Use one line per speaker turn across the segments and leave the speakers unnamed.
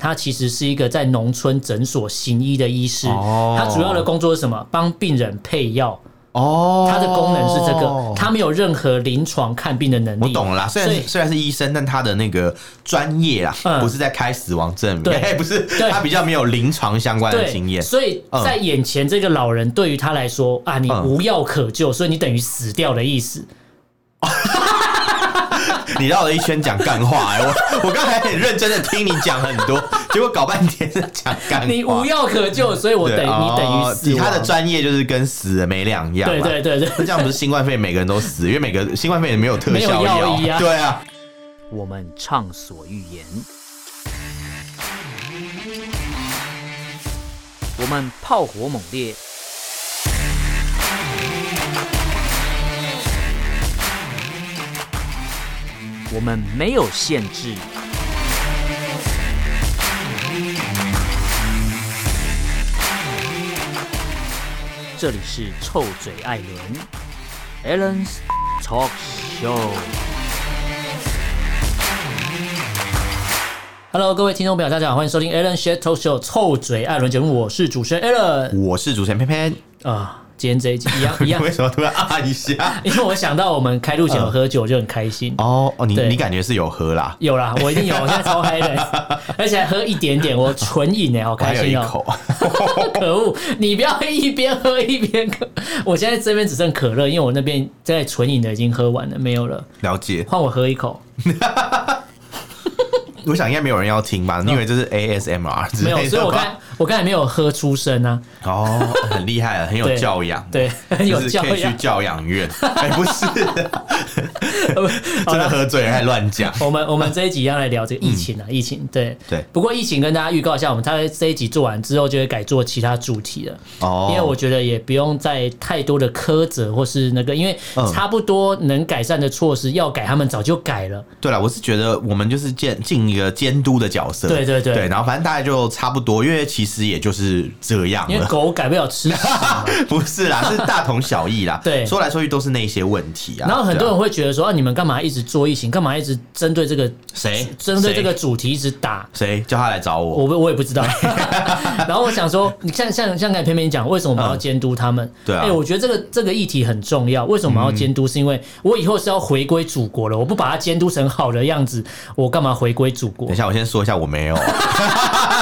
他其实是一个在农村诊所行医的医师，
哦
他主要的工作是什么？帮病人配药，
哦，
他的功能是这个，他没有任何临床看病的能力。
我懂了啦，虽然
所以
是虽然是医生，但他的那个专业啦，
嗯
不是在开死亡证明，哎
对
嘿不是
对
他比较没有临床相关的
对，
经验。
所以在眼前这个老人对于他来说啊，你
嗯
无药可救，所以你等于死掉的意思。
你绕了一圈讲干话、欸，我我刚才很认真的听你讲很 多，结果搞半天在讲干话。
你无药可救，所以我
嗯
等
对
于你等于
哦
死亡。
他的专业就是跟死人没两样嘛。啊
对对对对，
那这样不是新冠肺炎每个人都死，因为每个新冠肺炎没有特
没有
效
药医啊
对啊，
我们畅所欲言；我们炮火猛烈；我们没有限制。这里是臭嘴艾伦 （Allen's Talk Show）。
Hello，各位听众朋友，大家好，欢迎收听 Alan s h a t o Show 臭嘴艾伦节目，我是主持人 Alan
我是主持人偏偏，
啊。今天这一集 一样一样
为，什么突然啊 一下？
因为我想到我们开录前有喝酒就很开心。
哦哦，你
对
你感觉是有喝啦？
有啦，我一定有，我现在超嗨 的，而且还喝一点点，我纯饮哎，好
我还
开
有一
心哦、
口，
可恶！你不要一边喝一边喝。我现在这边只剩可乐，因为我那边在纯饮的已经喝完了，没有了。
了解。
换我喝一口，
我想应该没有人要听吧？你以为这是 ASMR 之
嗯没
类的
有，所以
吗？
我刚我刚才没有喝出声啊。
哦，很厉害了，很有
对
教养，
对，很
就
有
是
教
可以去
养。
教 养院。哎，不是，真的喝醉了还乱讲。
我们我们这一集要来聊这个疫情啊，疫情对
嗯对
不过疫情跟大家预告一下，我们大概这一集做完之后就会改做其他主题了。
哦
因为我觉得也不用再太多的苛责或是那个，因为
嗯
差不多能改善的措施要改，他们早就改 了。
对了，我是觉得我们就是监尽一个监督的角色，
对对对
对，然后反正大概就差不多，因为其实也就是这样
因为
了。
狗改不了 吃屎嘛，
不 是啦，是大同小异啦。
对
说来说去都是那些问题啊。
然后很多
对啊
人会觉得说，啊，你们干嘛一直做疫情，干嘛一直针对这个，
谁
针对这个
谁
主题一直打？
谁叫他来找我？
我不我也不知道。 然后我想说，你像像像刚才偏偏讲，为什么我们要监督他们？
嗯对啊嗯
哎，我觉得这个这个议题很重要。为什么我们要监督？是因为我以后是要回归祖国了，我不把它监督成好的样子，我干嘛回归祖国
等一？下，我先说一下，我没有。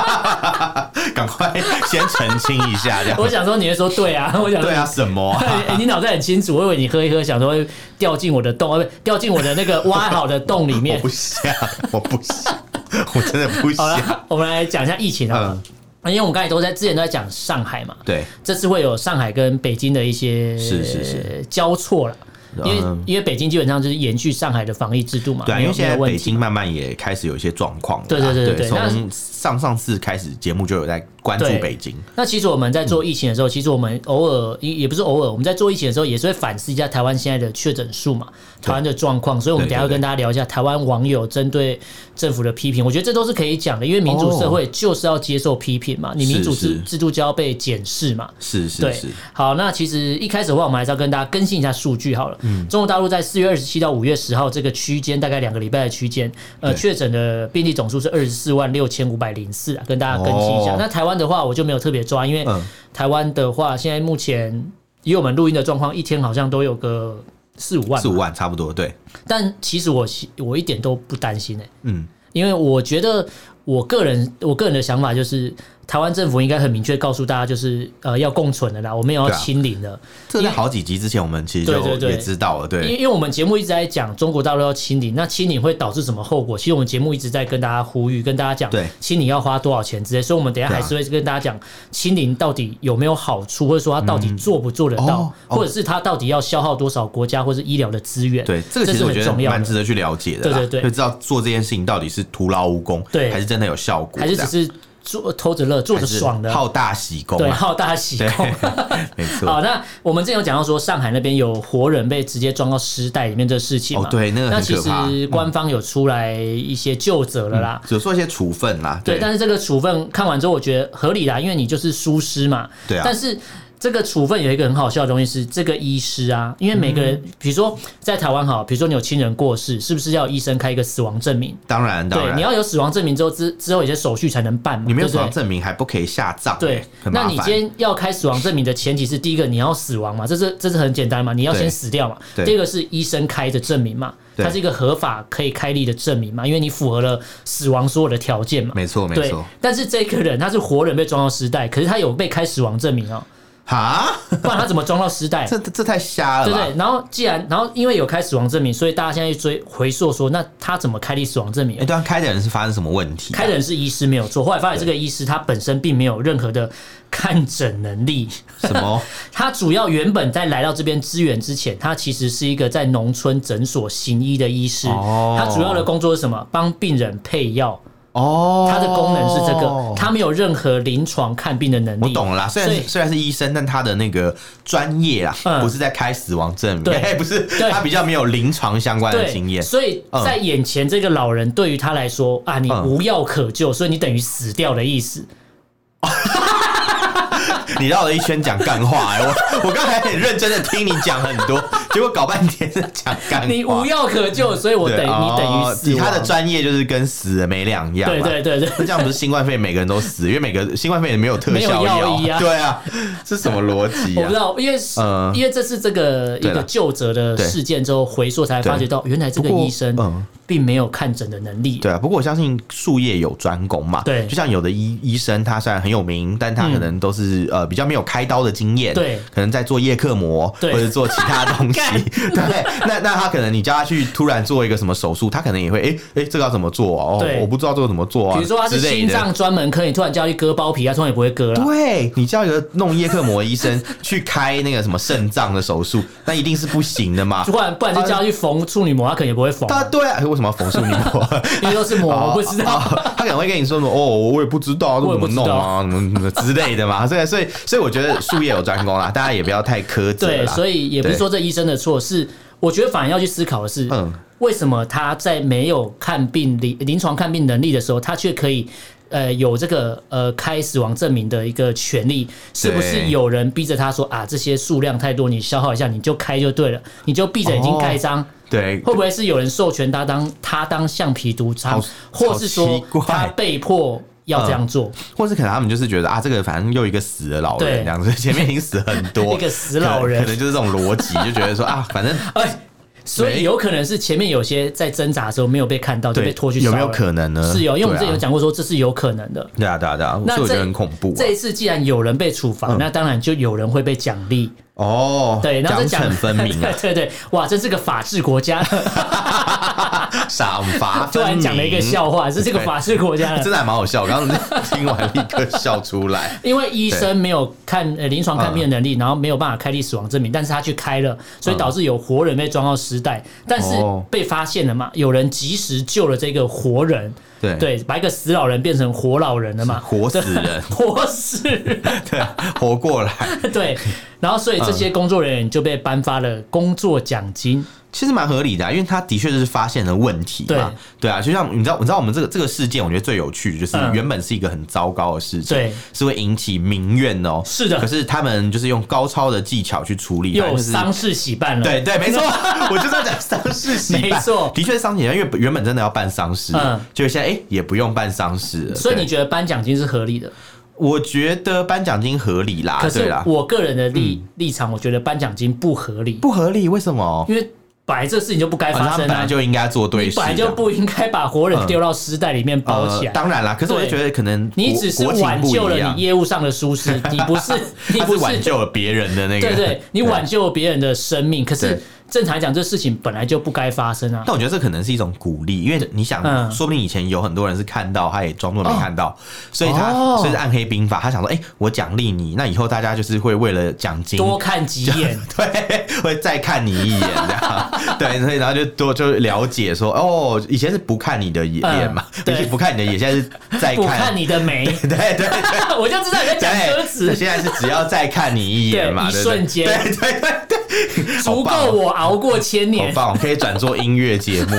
赶快先澄清一下，这样。
我想说你会说对啊，我想说
对啊，什么 啊、
哎哎你脑袋很清楚，我以为你喝一喝，想说会掉进我的洞，呃，不掉进我的那个挖好的洞里
我
面
不。想，我不想，我真的不
好
想。
了，我们来讲一下疫情好了
嗯，
因为我们刚才都在之前都在讲上海嘛，
对，
这次会有上海跟北京的一些
是是是
交错了。因为、
嗯
因为北京基本上就是延续上海的防疫制度嘛，
对啊，
没
因
有
为现
没
在
有问
北
题
京慢慢也开始有一些状况了啦。
对对对对对那
从上上次开始，节目就有在关注
对
北京。
那其实我们在做疫情的时候，其实我们偶尔也也不是偶尔，我们在做疫情的时候也是会反思一下台湾现在的确诊数嘛，台湾的状况。所以，我们
对
等一下会
对对
跟大家聊一下台湾网友针对政府的批评。我觉得这都是可以讲的，因为民主社会就是要接受批评嘛，你民主制
是是
制度就要被检视嘛。
是是
对
是，，
好，那其实一开始的话，我们还是要跟大家更新一下数据好了。
嗯
中国大陆在四月二十七到五月十号这个区间，大概两个礼拜的区间，呃，
对
确诊的病例总数是二十四万六千五百零四啊，跟大家更新一下。
哦
那台湾的话，我就没有特别抓，因为
嗯
台湾的话，现在目前以我们录音的状况，一天好像都有个四五万
四
吧，
五万差不多。对，
但其实我其我一点都不担心诶、欸
嗯，
因为我觉得我个人我个人的想法就是，台湾政府应该很明确告诉大家，就是呃要共存的啦，我们也要
对啊
清零的。
这
因
在
为
好几集之前我们其实
对对
就
对
也知道了。
因为
对，
因为我们节目一直在讲中国大陆要清零，那清零会导致什么后果？其实我们节目一直在跟大家呼吁，跟大家讲，
对
清零要花多少钱之类，所以我们等一下
对啊
还是会跟大家讲清零到底有没有好处，或者说它到底做不做得到
哦，哦
或者是它到底要消耗多少国家或者医疗的资源？
对，这个其
是
实我
很
觉得
重要的
蛮值得去了解的啦。
对对对
就知道做这件事情到底是徒劳无功，
对
还是真的有效果，
还是
这
只
样
是做偷着乐，做着
还是
爽的，
好大喜功
对，
啊。
好大喜
对
功。，
没错。
好，那我们之前有讲到说，上海那边有活人被直接装到尸袋里面这个事情嘛？
哦对那个很
其
可怕嗯
实官方有出来一些救责了啦。
只做一些处分啦，
对，但是这个处分看完之后，我觉得合理啦，因为你就是疏失嘛。
对啊
但是这个处分有一个很好笑的东西是，这个医师啊，因为每个
嗯
人，比如说在台湾好，比如说你有亲人过世，是不是要医生开一个死亡证明？
当然当
对，
然，
你要有死亡证明之后之之后有些手续才能办嘛，
你没有
对
死
不对
亡证明还不可以下葬，
对，
很麻
那
烦。
你今天要开死亡证明的前提是，第一个你要死亡嘛，这是这是很简单嘛，你要
对
先死掉嘛。
对
第二个是医生开的证明嘛，
对
它是一个合法可以开立的证明嘛，因为你符合了死亡所有的条件嘛。
没错没
对
错，，
但是这个人他是活人被装到尸袋，可是他有被开死亡证明 哦，
哈，
不然他怎么装到尸袋？
这这太瞎了
对
吧？
不对？然后既然然后因为有开死亡证明，所以大家现在去追回溯说，那他怎么开立死亡证明
哎、？对啊，开的人是发生什么问题、啊
开的人是医师没有错，后来发现这个医师他本身并没有任何的看诊能力，
什么？
他主要原本在来到这边支援之前，他其实是一个在农村诊所行医的医师。
哦
他主要的工作是什么？帮病人配药。
哦，
他的功能是这个，他没有任何临床看病的能力。
我懂了啦，虽然
所
是
以
虽然是医生，但他的那个专业啊，
嗯
不是在开死亡证明，
对
不是
对
他比较没有临床相关的
对，
经验。
所以在眼前这个老人对于他来说啊，你
嗯
无药可救，所以你等于死掉的意思。
你绕了一圈讲干话、哎我我刚才很认真的听你讲很多，结果搞半天是讲干话。
你无药可救，所以我等
对
于你等于死
哦
亡。
他的专啊业就是跟死人没两样嘛。
对对 对对，
那这样不是新冠肺炎每个人都死，因为每个新冠肺炎没有特
没有
效
药医啊
对啊，是什么逻辑
我不知
啊？
道，因为是、
嗯
因为这是这个一
对
个
啦
就责的事件之后回溯才发觉到，原来这个
不过
医生
嗯
并没有看诊的能力。
对啊，不过我相信术业有专攻嘛。
对嗯
就像有的医医生，他虽然很有名，但他可能都是、呃比较没有开刀的经验，
对
可能在做叶克膜或
对
者做其他东 西。 对，那那他可能你叫他去突然做一个什么手术，他可能也会哎哎、诶这个要怎么做啊？哦
对，
我不知道这个怎么做啊。
比如说他是
之类
心
的
脏专门科，你突然叫他去割包皮，他突然也不会割了。
对啊你叫一个弄叶克膜的医生去开那个什么肾脏的手术，那一定是不行的 嘛。
不然不然就叫他去缝处女膜，他可能也不会缝，
啊，对啊，哎为什么要缝住你膜？
因为都是膜，我不知道。
哦他可能会跟你说什么哦，我也不知道这
我也
怎
不
么
知道
弄啊，什么什么之类的嘛。所 以所以所以我觉得术业有专攻啦，大家也不要太苛责
对，
啦。
所
以
以也不是说这医生的错，是我觉得反而要去思考的是，
嗯
为什么他在没有看病临临床看病能力的时候，他却可以。呃，有这个呃开死亡证明的一个权利，是不是
对
有人逼着他说啊，这些数量太多，你消耗一下，你就开就对了，你就闭着眼
哦
睛盖章，
对
会不会是有人授权他当他当橡皮图章
好，
或是说
好奇怪
他被迫要这样做？
或是可能他们就是觉得啊，这个反正又一个死的老
对
人这样子，前面已经死很多，
一个死老人
可能可能就是这种逻辑，就觉得说啊，反正
哎，所以
没
有可能是前面有些在挣扎的时候没有被看到，就被
对
拖去
有没
烧
有
了
可能呢？
是哦有，因为我们之
对啊
前有讲过说这是有可能的。
对啊，对啊，对啊，
那
所以我觉
这
得很恐怖、啊。嗯
这一次既然有人被处罚，那当然就有人会被奖励，
哦，
对，然后再
奖
奖
惩分明啊，
对对对，哇，真是个法治国 家，
赏罚
突
分
然
明。
讲了一个笑话，这是个法治国家
真的还蛮好笑，我刚刚听完立刻笑出来。
因为医生没有看呃临床看病的能力，
嗯
然后没有办法开立死亡证明，但是他去开了，所以导致有活人被装到尸袋，但是
哦
被发现了嘛，有人及时救了这个活人，
对
对，把一个死老人变成活老人了嘛，
活死人
活死 人，
对，活过来，
对，然后所以这些工作人员就被颁发了工作奖金，
其实蛮合理的、啊，因为他的确就是发现了问题嘛。对啊，就像你知道，你知道我们这个这个事件，我觉得最有趣就是
嗯
原本是一个很糟糕的事情，
对
是会引起民怨哦。
是的
可是他们就是用高超的技巧去处理，
又有
就是
丧事喜办了，
对对，没错， 我就是要讲丧事喜 办，
没错
的确是丧事喜办，因为原本真的要办丧事，
嗯
就现在哎、诶也不用办丧事了，
所以你
对
觉得颁奖金是合理的？
我觉得颁奖金合理啦，
可是
啊对啦，嗯
我个人的立立场，我觉得颁奖金不合理，
不合理，为什么？
因为本来这事情就不该
反正
发
他们
生
本来
啊。
就应该做对事，
本来就不应该把活人丢到尸袋里面
这样
包起
嗯呃
来。
当然啦，可是我就
对
觉得可能
你
国
只是
国情
挽
不一
救了
样
你业务上的疏失， 你不是你
他
不
是
是
挽救了别人的那个，
对对，你挽救了别人的生命。可是
对
正常来讲，这事情本来就不该发生啊。
但我觉得这可能是一种鼓励，因为你想，
嗯
说不定以前有很多人是看到，他也装作没看到，所以他、
哦
所以是暗黑兵法，他想说，哎、我奖励你，那以后大家就是会为了奖金
多看几眼，
对，会再看你一眼这 样，对，所以然后就多就了解说，哦，以前是不看你的眼
嗯
眼嘛，
对
以前不看你的眼，现在是再
不看
看，
你的眉，
对 对对。
我就知道你在 讲歌
对
词，
现在是只要再看你一眼嘛，
对
对
一
不对
瞬间
对对对对，
足
好棒
够
哦
我熬过千
好哦
年。
棒，可以转做音乐节目。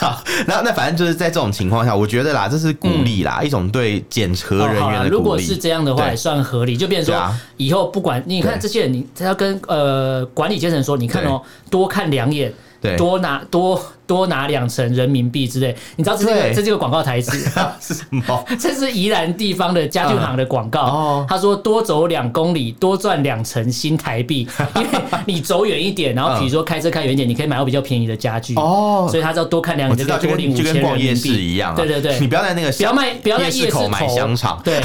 好，那那反正就是在这种情况下，我觉得啦，这是鼓励啦，一种对检
嗯哦
测人
好
员
啦
的
如
鼓
果
励。
是这样的话，
对
也算合理。就变成
对
说
啊，
以后不管你看
对
这些人，你他要跟呃管理阶层说，你看哦，多看两眼，
对
多拿多多拿两成人民币之类。你知道这是一个
对
这是一个广告台词，
是什么？
这是宜兰地方的家具行的广告。
嗯 哦
他说多走两公里，多赚两成新台币， 因为你走远一点，然后比如说开车开远一点，你可以买到比较便宜的家具。
嗯哦
所以他要多看两
我
眼，
知道，
就
就
可以多领
跟
五
就
千人
跟逛夜
民
市
币
一样啊。
对对对，
你不要在那个
不 要卖，不要在
夜
夜
市口
头
买香肠，
对。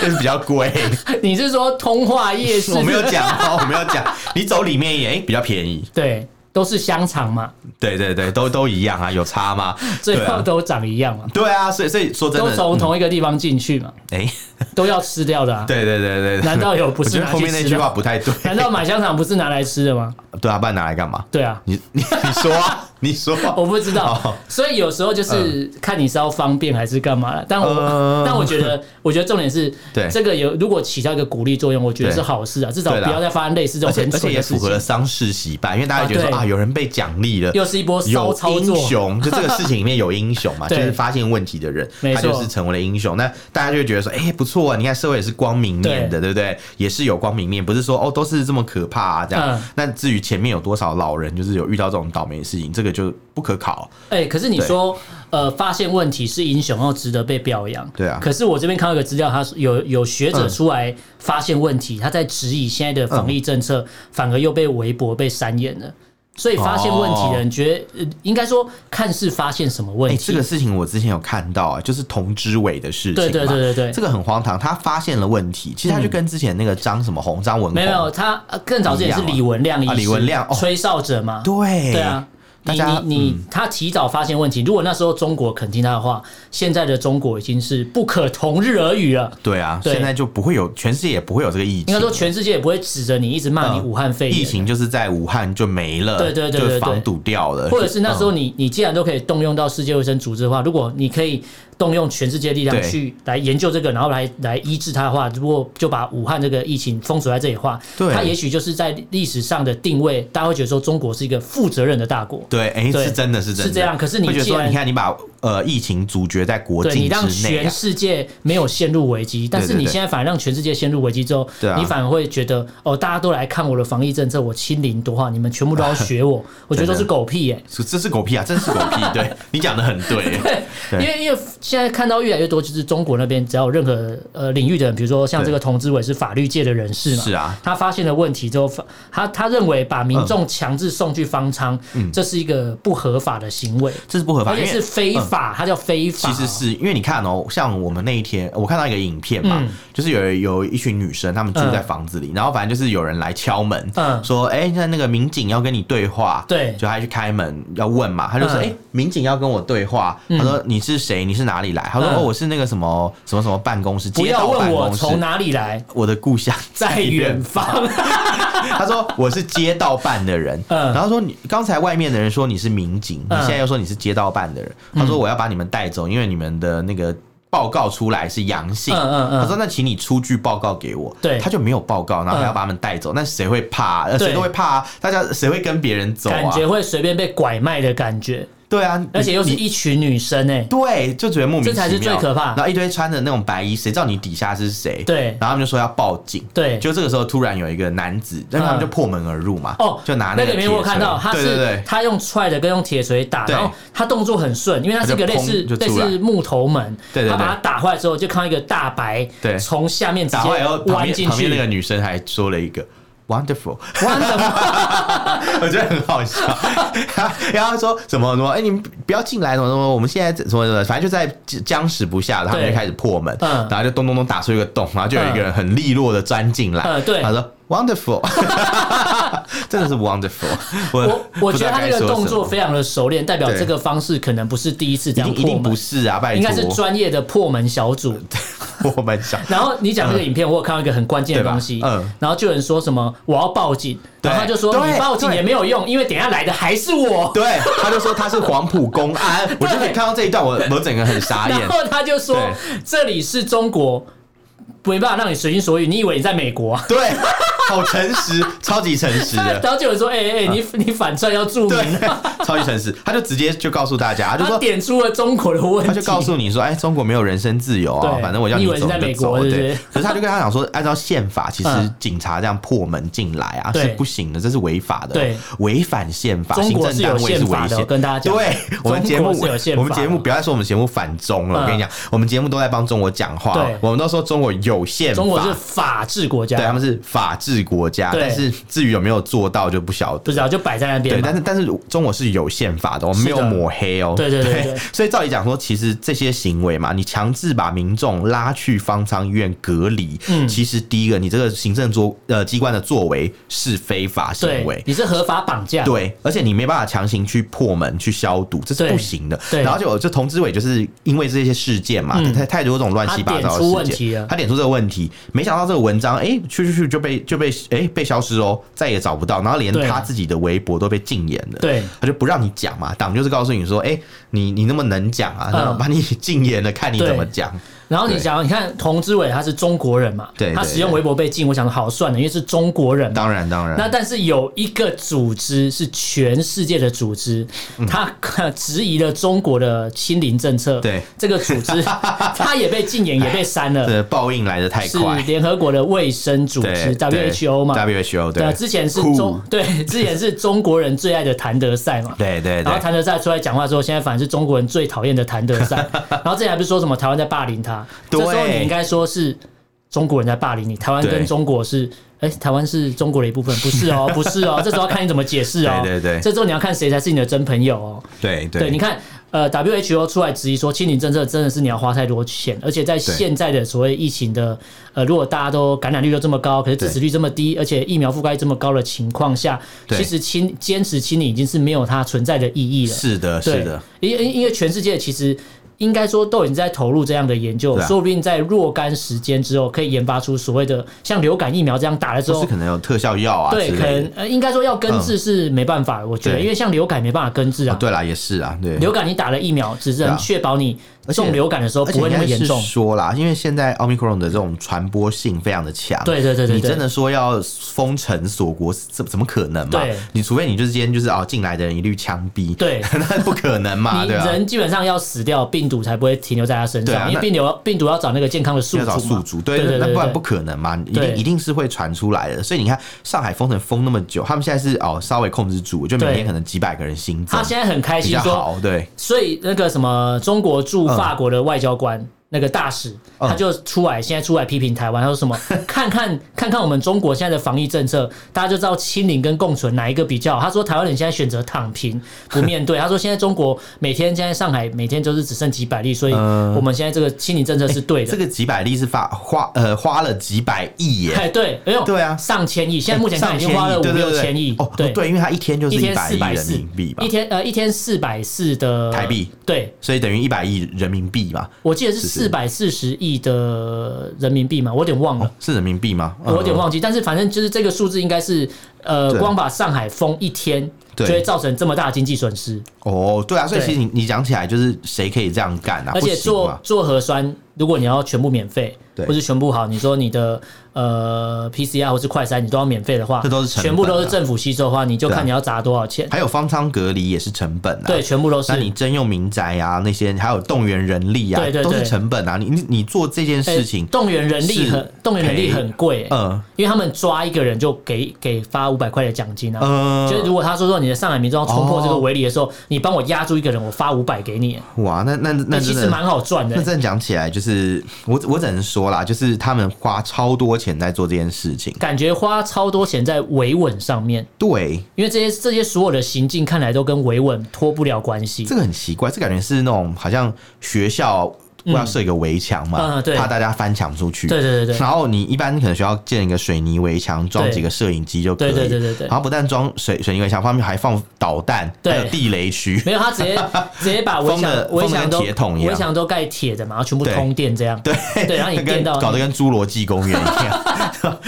那是比较贵。
你是说通化夜市？
我没有讲哦，我没有讲。你走里面一点，哎，比较便宜。
对，都是香肠嘛，
对对对，都都一样啊，有差吗？
最
对
后
啊，
都长一样嘛，
对啊，所以所以说真
都
的，
从同一个地方进去嘛，
哎，
都要吃掉的啊。
对对对对，对
难道有不
我
是
觉得
拿
后
去
面那
吃
句话
的？
不太对。
难道买香肠不是拿来吃的吗？
对啊，不然拿来干嘛？
对啊，
你你你说 啊，你说啊。
我不知道
哦，嗯
所以有时候就是看你是要方便还是干嘛了。但我
呃
但我觉得，我觉得重点是
对
这个有如果起到一个鼓励作用，我觉得
对
是好事啊，至少
对啦
不要再发生类似这
而
种
且
很
而且
蠢的
也
事
符合了
情。
丧事喜办，因为大家觉得
啊
说
对
啊，有人被奖励了，
又是一波骚
有
操
英
作，啊
雄，就这个事情里面有英雄嘛，就
对
是发现问题的人，
没
他就
错
是成为了英雄。那大家就会觉得说，哎、不错啊，你看社会也是光明面的，对不对？也是有光明面，不是说哦都是这么可怕啊这样
嗯。
那、至于前面有多少老人就是有遇到这种倒霉的事情，这个就不可考。
哎、可是你说，呃，发现问题是英雄，要值得被表扬。
对啊嗯
可是我这边看到一个资料，他说有有学者出来发现问题，他在质疑现在的防疫政策，
嗯
反而又被微博被删减了。所以发现问题的人，觉得、呃应该说看是发现什么问
哦哎、
题。
这个事情我之前有看到啊，就是童之伟的事情
对
嘛。
对对对对嗯
这个很荒唐。他发现了问题，其实他就跟之前那个张什么红、张文红
没有没有，他呃更早之前是
哦一样嘛
李文亮医师，
啊李文亮哦
吹哨者嘛，
对
对啊。
大
你
家嗯
你你，他提早发现问题。如果那时候中国肯听他的话，现在的中国已经是不可同日而语了。
对啊，
对
现在就不会有全世界也不会有这个疫情。
应该说全世界也不会指着你一直骂你
嗯
武汉肺炎，
疫情就是在武汉就没了，
对对对对对
就防堵掉了，嗯
或者是那时候你你既然都可以动用到世界卫生组织的话，如果你可以动用全世界力量
对
去来研究这个，然后来来医治它的话，如果就把武汉这个疫情封锁在这里的话，
对
它也许就是在历史上的定位，大家会觉得说中国是一个负责任的大国。
对，哎、
对
是真的是真的
是这样可是你
会觉得
既
说，
然
你看你把呃疫情阻绝在国
对你
境
让
之内、
全
啊，
世界没有陷入危机，但是
对对
你
对
现在反而让全世界陷入危机之后，
对啊
你反而会觉得哦，大家都来看我的防疫政策，我清零多好，你们全部 都要学我，我觉得都是
真的
狗屁耶、
是这是狗屁啊，真是狗屁， 对你讲的很对，
因
对
为因为现在看到越来越多，就是中国那边只要有任何呃领域的人，比如说像这个童志伟是法律界的人士嘛，
是啊，
他发现了问题之后，发他他认为把民众强制送去方舱，这是一个不合法的行为，
这是不合法，
而且
因为嗯
是非法，他叫非法
其
哦，
实是因为你看哦，像我们那一天，我看到一个影片嘛，
嗯
就是有有一群女生，她们住在房子里，然后反正就是有人来敲门，
嗯
说哎，那、那个民警要跟你对话，
对
就她去开门要问嘛，她就说
嗯
哎、民警要跟我对话，她说你是谁？你是哪里来？她说、
嗯
哦，我是那个什么什么什么办公室，
不
街
要
道
问
办
我
公室。
从哪里来，
我的故乡
在远方。
他说我是街道办的人，
嗯
然后说你刚才外面的人说你是民警，
嗯
你现在又说你是街道办的人，他说我要把你们带走，因为你们的那个。报告出来是阳性，
嗯嗯嗯
他说：“那请你出具报告给我。”
对
他就没有报告，然后还要
嗯
把他们带走，那谁会怕啊？呃
对
谁都会怕啊！大家谁会跟别人走
感
啊？
觉会随便被拐卖的感觉，
对啊，
而且又是
你
一群女生哎、
对，就觉得莫名其
这
妙，
才是最可怕
然后一堆穿着那种白衣，谁知道你底下是谁？
对
然后他们就说要报警。
对
就这个时候突然有一个男子，但
嗯
他们就破门而入嘛，
哦，
就拿
那
个
里面我有
铁
看到，
锤
他是
对对对，
他用踹的跟用铁锤打，
对
然后他动作很顺，因为他是一个类似
他就砰就
类
出来
似木头门，
对对对
他把它打坏之后，就看到一个大白
对
从下面直
打
接
坏以后，旁
弯
边
进
旁边那个
去，
女生还说了一个 wonderful，
弯的
我觉得很好笑。 然后她说什么什么，哎、你们不要进来，什么什么，我们现在怎么怎么，反正就在僵持不下，他们
对
就开始破门，
嗯
然后就咚咚咚打出一个洞，然后就有一个人很利落的钻进来，
嗯对
他说 wonderful，真的是 wonderful，我
我我觉得他
这
那个动作非常的熟练，代表这个方式可可能不是第一次这
一
样
定一
破
定不
门，
是啊，拜
应该是
托，
专业的破门小 组。
我们想。
然后你讲这个影片，我有看到一个很关键的东西
对吧嗯，
然后就有人说什么我要报警，然后他就说
对
你报警
对
也没有用，因为等一下来的还是我。
对，他就说他是黄埔公 安，我就看到这一段，我我整个很傻眼
然。后他就说
对
这里是中国，没办法让你随心所欲。你以为你在美国啊？
对，好诚实，超级诚实的。 啊
然后就有人说：“哎、哎、哎，你你反串要注明
对
啊。，
超级诚实，他就直接就告诉大家，”他就
他
说，
点出了中国的问
他
题，
就告诉你说，哎，中国没有人身自由啊，
对
反正我要
你以为
走
是在
你
美
就走，
国是不是
对。可是他就跟他讲说，按照宪法，其实
嗯
警察这样破门进来啊
对
是不行的，这是违法的，
对，
违反宪法，
中
行
国
政
是有
单位是
宪
违
法的，我
宪。
跟大家讲，
对，我们节目
中国是有宪，法的
我
嗯
们节目不要说我们节目反中了，我跟你讲，我们节目都在帮中国讲话
对，
我们都说中国有宪
中国
法
是。法治国家，
对，啊他们是法治国家，
对
但是至于有没有做到就不晓得。
不知道就摆在那边嘛
对，但。是但是中国是有宪法的，我们没有
是的
抹黑哦。
对对对对
所以照理讲说，其实这些行为嘛，你强制把民众拉去方舱医院隔离，
嗯
其实第一个，你这个行政作呃机关的作为是非法行为
对，。你是合法绑架，
对，而且你没办法强行去破门、去消毒，这是
对
不行的。
对
然后就就童志伟就是因为这些事件嘛，
嗯
太太多这种乱七八
他点
糟
出
的
问
事
题啊
件
了，
他点出这个问题，没想到这个文章，哎、去去去就被就被哎、被消失哦，再也找不到，然后连
对
他自己的微博都被禁言了。
对
他就不让你讲嘛，党就是告诉你说，哎、你你那么能讲啊，那
嗯
把你禁言了，看你
对
怎么 讲。
然后你讲，你看童之伟他是中国人嘛，
对对
他使用微博被禁，我想好算了，因为是中国人嘛。
当然当然，
那但是有一个组织是全世界的组织，
嗯
他质疑了中国的清零政策，
对
这个组 织他也被禁言，也被删了，
这呃报应来的太
是
快。
联合国的卫生组
对
织 WHO 嘛。
，WHO 对
啊，之前是
酷
中对，之前是中国人最爱的谭德赛嘛，
对对
然后
对，
谭德赛出来讲话之后，现在反而是中国人最讨厌的谭德 赛。然后之前还不是说什么台湾在霸凌他？这
对
时候你应该说是中国人在霸凌你，台湾
对
跟中国是。哎、台湾是中国的一部分，不是哦，不是哦，这时候要看你怎么解释哦。
对对对
这时候你要看谁才是你的真朋友哦。
对
对，你看，呃，WHO 出来质疑说，清零政策真的是你要花太多钱，而且在现在的所谓疫情的，呃，如果大家都感染率都这么高，可是致死率这么低，而且疫苗覆盖这么高的情况下，
对
其实清坚持清零已经是没有它存在的意义了。
是的，
对
是的，，
因因因为全世界其实。应该说都已经在投入这样的研究，
对啊
说不定在若干时间之后，可以研发出所谓的像流感疫苗这样打了之
就
后
是，可能有特效药啊
对，
之
可
类的嗯
能。呃，应该说要根治是没办法的，我觉得，
对
因为像流感没办法根治啊
哦，对啦，也是啊，对。
流感你打了疫苗，只是
对啊
能确保你
而且
中流感的时候
而且
不会那么
应该
严
是
重。
说啦，因为现在 omicron 的这种传播性非常的强，
对对对对对
你真的说要封城锁国，怎怎么可能嘛
对？
你除非你就是今天就是哦，进来的人一律枪毙，
对
那不可能
你
嘛，啊对吧？
人基本上要死掉，病毒才不会停留在他身
对啊
上，因
那
为病毒病毒要找那个健康的宿
要找
主
宿
嘛。
主，
对
对，
对
那
对
不然
对
不可能嘛，一
对
定一定是会传出来的。所以你看，上海封城封那么久，他们现在是哦稍微控制住，就每
对
天可能几百个人新增
他，现在很开
比
心
较
说，
好，对，
所以那个什么中国驻法国的外交官、那个大使，
嗯
他就出来现在出来批评台湾，他说什 么看看看看我们中国现在的防疫政策，大家就知道清零跟共存哪一个比较好。他说台湾人现在选择躺平不面 对，他说现在中国每天现在上海每天就是只剩几百例，所以
嗯哎
我们现在这个清零政策是对的。
这个几百例是发花呃花了几百亿耶，
哎，对，哎呦，
对啊
上千亿， 现在目前看已经花了五
上千亿对
六
对对
千亿
哦，，对，因为它一天就是
一天
百
四
亿
百
人
四
民币吧
一，天呃一天四百四的
台币，
对，
所以等于一百亿人民币嘛，
我记得是
是
四百四十亿的人民币嘛，我有点忘了。
是人民币吗？
我有点
嗯
忘记，但是反正就是这个数字应该是，呃，
对
光把上海封一天，就
对
会造成这么大的经济损失，
哦，对啊，所以
对
其实你你讲起来就是谁可以这样干啊？
而且
不行
做
嘛
做核酸，如果你要全部免费，
对
或是全部好，你说你的呃 PCR 或是快筛你都要免费的话，
这都是成本啊
全部都是政府吸收的话，你就
对啊
看你要砸多少钱，
还有方舱隔离也是成本啊，
对，全部都是
那。你征用民宅啊，那些还有动员人力啊，
对对对
都是成本啊。你你你做这件
哎
事情，
动员人力
是
很，动员人力
赔
很贵、欸
嗯
因为他们抓一个人就给给发五百块的奖金啊。
嗯
就是如果他说说你的上海民众要冲破这个围篱的时候，你帮我压住一个人，我发五百给你，
哇，那那那
那哎其
真
实
的。
蛮好赚的
那
欸、
真的讲起来，就是我我只能说啦，就是他们花超多钱在做这件事情。
感觉花超多钱在维稳上面，
对，
因为这些这些所有的行径看来都跟维稳脱不了关系
这。个很奇怪，这感觉是那种好像学校我要设一个围墙嘛，
嗯对
怕大家翻墙出去。
对对对对
然后你一般可能学校建一个水泥围墙，装
对
几个摄影机就可以。
对对对对对
然后不但装水水泥围墙，旁边还放导弹，
对
还有地雷区。
没有，他 直接直接把围
封得
墙围
封得
墙
跟
都
铁桶一样
围墙都盖铁的嘛，然后全部
对
通电这样。对对，然后你
跟
电到
搞得跟侏罗纪公园一样，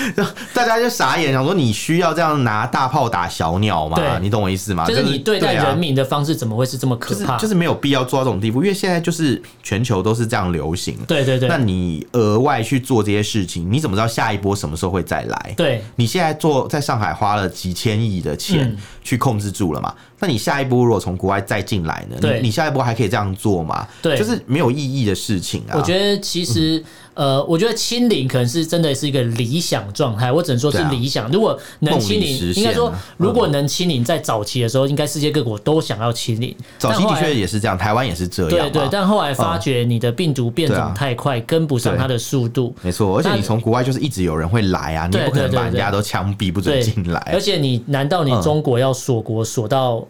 大家就傻眼，想说你需要这样拿大炮打小鸟吗？
对
你懂我意思吗？
就是你对待人
啊
民的方式怎么会是这么可
就是
怕？
就是没有必要做到这种地步，因为现在就是全球都是是这样流行了。
对对对
那你额外去做这些事情，你怎么知道下一波什么时候会再来？
对
你现在做在上海花了几千亿的钱
嗯
去控制住了嘛？那你下一波如果从国外再进来呢？
对
你你下一波还可以这样做吗？
对
就是没有意义的事情啊。
我觉得其实，呃，我觉得清零可能是真的是一个理想状态，我只能说是
对啊
理想。如果能清
梦里
零，
实现啊
应该说
嗯
如果能清零，在早期的时候，应该世界各国都想要清零。
早期
但后
的
来
确也是这样，台湾也是这样
对
嘛。
对，但后来发觉你的病毒变
对啊
种太快，跟不上它的速度。
没错，而且
但
你从国外就是一直有人会来啊，你也
对
不可能
对对
把人家
对
都枪毙，不准
对，
啊进来。
而且你难道你
嗯
中国要锁国锁到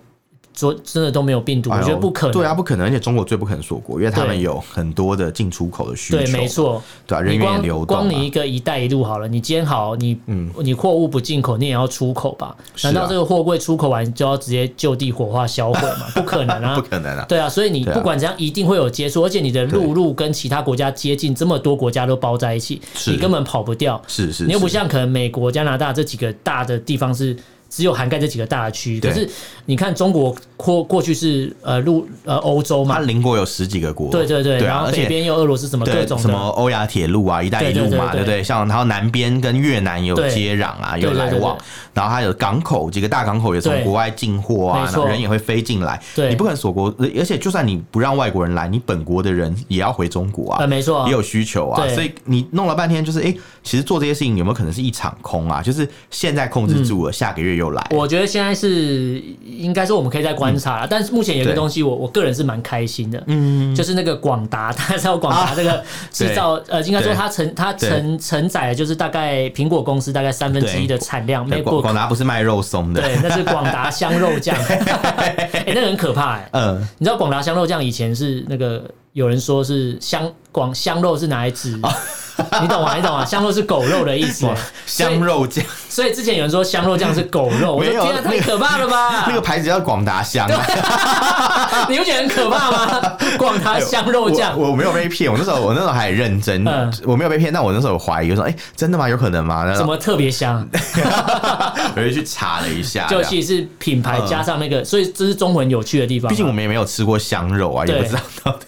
说真的都没有病毒？
哎
我
呦
觉得不可能。
对啊，，不可能！而且中国最不可能锁国，因为他们
对
有很多的进出口的需求，
对，没，错。
对啊，人
你
员也
光
流动、啊嗯
光你一个“一带一路”好了，你今天好，你你货物不进口，你也要出口吧？
是啊
难道这个货柜出口完就要直接就地火化销毁 吗？不可能
不
啊！
可能啊！
对啊，所以你
对啊
不管怎样，一定会有接触，而且你的陆路跟其他国家接近，这么多国家都包在一起，
是
你根本跑不掉。
是是，
你又不
是
像可能美国、加拿大这几个大的地方是只有涵盖这几个大的区域，
对
可是你看中国过过去是呃陆呃欧洲
它
嘛，
邻国有十几个国，
对对对，
啊对
然
啊，
后
而
北
且。
边又俄罗斯什么各
对，
种
什么
的，
欧亚铁路啊，一带一路
对
嘛，
对对对
不对？像然后南边跟越南有
对
接壤啊，有
对对
来
对对
往，然后还有港口，几个大港口也从
对
国外进货啊，
没
然
错
后人也会飞进来。
对
你不可能锁国，而而且就算你不让外国人来，你本国的人也要回中国啊
呃，，没错啊
也，有需求啊，
对
所以你弄了半天就是，哎、其实做这些事情有没有可能是一场空啊？就是现在控制住了，下个月又
嗯
来。
我觉得现在是应该说我们可以再观察了，但是目前有一个
嗯对
东西我，我个人是蛮开心的，嗯，就是那个广达，大家知道广达这个制造，呃，应该说
啊对
它承它
对
承承载的就是大概苹果公司大概三分之一的产量
对广
，MacBook
广达不是卖肉松的，
对，那是广达香肉酱，哎、那个很可怕哎、
嗯，
你知道广达香肉酱以前是那个有人说是香广香肉是拿来指，
哦
你懂吗？你懂吗？香肉是狗肉的意思、哎所以
香肉酱
所以之前有人说香肉酱是狗肉，我说
没有
天啊，
那个
太可怕了吧！
那个牌子叫广 达香啊。
你不觉得很可怕 吗？广达香肉酱，
哎我我没有被骗，我那时候我那时候还很认真
嗯，
我没有被骗，但我那时候有怀疑，我说哎、真的吗？有可能吗？然
什
后
么特别香？
哎我就去查了一下，
就
这样
其实是品牌加上那个，所以这是中文有趣的地方啊。
嗯毕竟我们也没有吃过香肉啊，也
对
不知道到底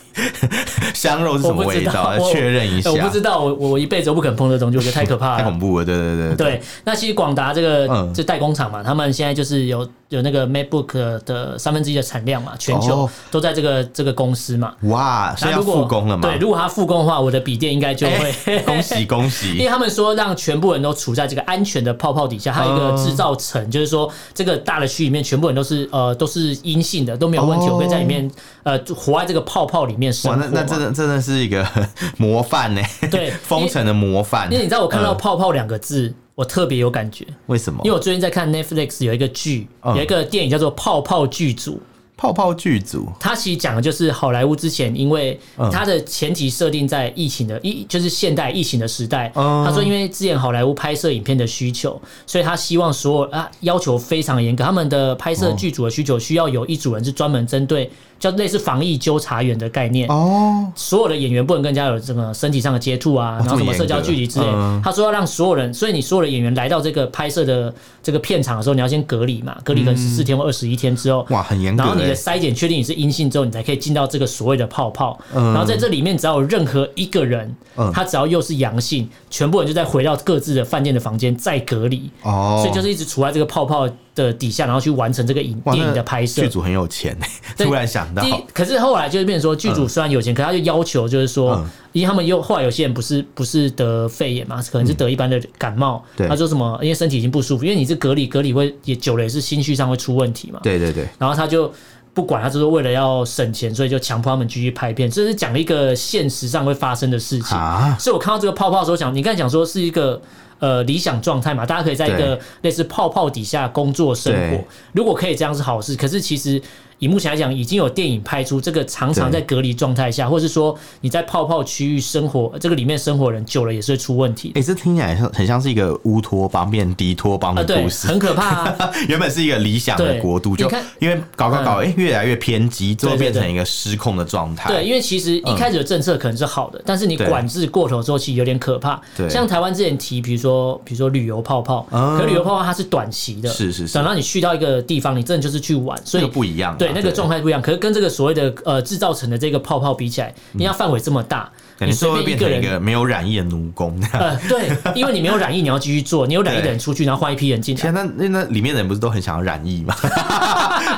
香肉是什
我
么
不
味
知道
道，要，
我
确认一下。
我不知道，我我一辈子都不肯碰这东西，我觉得太可怕
太
了
恐。怖了，对对对
对，那其实广达这个
嗯
这代工厂嘛，他们现在就是有有那个 MacBook 的三分之一的产量嘛，全球
哦
都在这个这个公司嘛。
哇，所以
那
要
如果
复工了吗？
对，如果它复工的话，我的笔电应该就会。
哎 恭喜恭
因为
喜！
他们说让全部人都处在这个安全的泡泡底下，还有一个制造层，就是说这个大的区里面全部人都是呃都是阴性的，都没有问题，
哦
我可以在里面呃就活在这个泡泡里面生
哇，
活啊
那
嘛。
那真的真的是一个 模范呢，
对
封城的模范
因。为你知道我看到“
嗯
泡泡”两个字，我特别有感觉，
为什么
因为？我最近在看 Netflix 有一个剧，
嗯
有一个电影叫做《泡泡剧组》。
泡泡剧组
它其实讲的就是好莱坞之前，因为
嗯
它的前提设定在疫情的疫，就是现代疫情的时代。
嗯
他说，因为之前好莱坞拍摄影片的需求，所以他希望所有啊要求非常严格，他们的拍摄剧组的需求需要有一组人是专门针对，叫类似防疫纠察员的概念。
哦，
所有的演员不能跟人家有这个身体上的接触啊，然后
这
什
么
么社交
严格
距离之类的。
嗯
他说要让所有人，所以你所有的演员来到这个拍摄的这个片场的时候，你要先隔离嘛，隔离可能十四天或二十一天之后，
嗯哇，很严格
然后你
欸
的筛检确定你是阴性之后，你才可以进到这个所谓的泡泡。然后在这里面，只要有任何一个人，
嗯
他只要又是阳性，全部人就再回到各自的饭店的房间再隔离。
哦，
所以就是一直处在这个泡泡的底下，然后去完成这个影
哇
电影
哦那
的拍摄
剧。组很有钱欸，
对
突然想到
第，一，可是后来就是变成说，剧组虽然有钱，可他就要求就是说
嗯，
因为他们又后来有些人不是不是得肺炎嘛，可能是得一般的感冒。
嗯对
他说什么，因为身体已经不舒服，因为你这隔离隔离会也久了也是心绪上会出问题嘛。
对对对，
然后他就不管，他就是为了要省钱，所以就强迫他们继续拍片。这是讲了一个现实上会发生的事情。
啊，
所以我看到这个泡泡的时候想，你刚才讲说是一个呃理想状态嘛，大家可以在一个类似泡泡底下工作生活
对。
如果可以这样是好事，可是其实。以目前来讲，已经有电影拍出这个常常
对
在隔离状态下，或是说你在泡泡区域生活，这个里面生活的人久了也是会出问题的
哎，这听起来像很像是一个乌托邦变敌托邦
啊、
的
对
故， 事，
很可怕、啊。
原本是一个理想的
对
国度，
你
就
看嗯
因为搞搞搞，哎、越来越偏激，最后
对对
变
对
成一个失控的状态。
对，因为其实一
嗯
开始的政策可能是好的，但是你
对
管制过头之后，其实有点可怕
对。
像台湾之前提，比如说比如说旅游泡泡，
嗯
可旅游泡泡它是短期的，
是是是
等到你去到一个地方，你真的就是去玩，所
这
以
个不一样啊，
对，那个状
态
态不一样。可是跟这个所谓的呃制造成的这个泡泡比起来，因为它范围这么大，
感
你
觉
随
嗯最后会
便
变
一个
成一
人。
个没有染疫的奴工。
呃，对，因为你没有染疫，你要继续做；你有染疫的人出去，然后换一批人进来。
天啊，那那那里面的人不是都很想要染疫吗？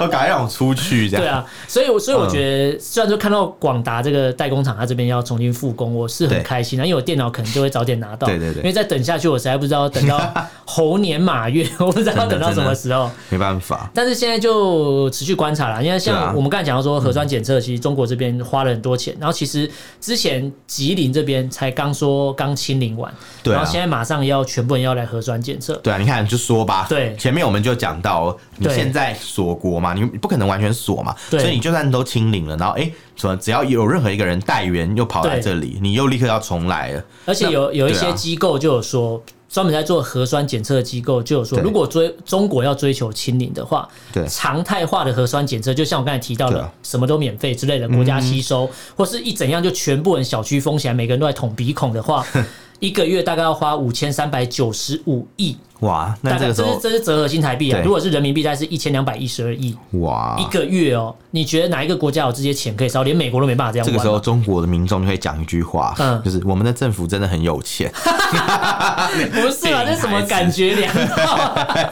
我赶快让我出去这样。
对 啊，所以我所以我
嗯
觉得，虽然说看到广达这个代工厂，它这边要重新复工，我是很
对
开心的，因为我电脑可能就会早点拿到。
对对对
因为再等下去，我实在不知道等到 猴年马月，我不知道等到什么时候。
没办法，
但是现在就持续观察啦，因为
对啊嗯
像我们刚才讲到说核酸检测，其实中国这边花了很多钱，然后其实之前吉林这边才刚说刚清零完，
对啊
然后现在马上要全部人要来核酸检测，
对啊，你看就说吧，
对
前面我们就讲到，你
对
现在锁国嘛，你不可能完全锁嘛，
对
所以你就算都清零了，然后哎，什么只要有任何一个人带源又跑来
对
这里，你又立刻要重来了，
而且有有一
对
些
啊
机构就有说，专门在做核酸检测的机构就有说，
对
如果追中国要追求清零的话，
对
常态化的核酸检测，就像我刚才提到
对
的
啊，嗯
什么都免费之类的，国家吸收，或是一整样就全部人小区封起来，每个人都在捅鼻孔的 话。一个月大概要花五千三百九十五亿，
哇，那
大
这
概
个时
这是
候
这是折合新台币啊。
对啊
如果是人民币，大概是一千两百一十二亿一
哇，
个月哦。你觉得哪一个国家有这些钱可以烧？连美国都没办法这样
这
玩吧。
个时候中国的民众就会讲一句话，
嗯
就是我们的政府真的很有钱，
不是啊，这是什
哎
么感觉良好？啊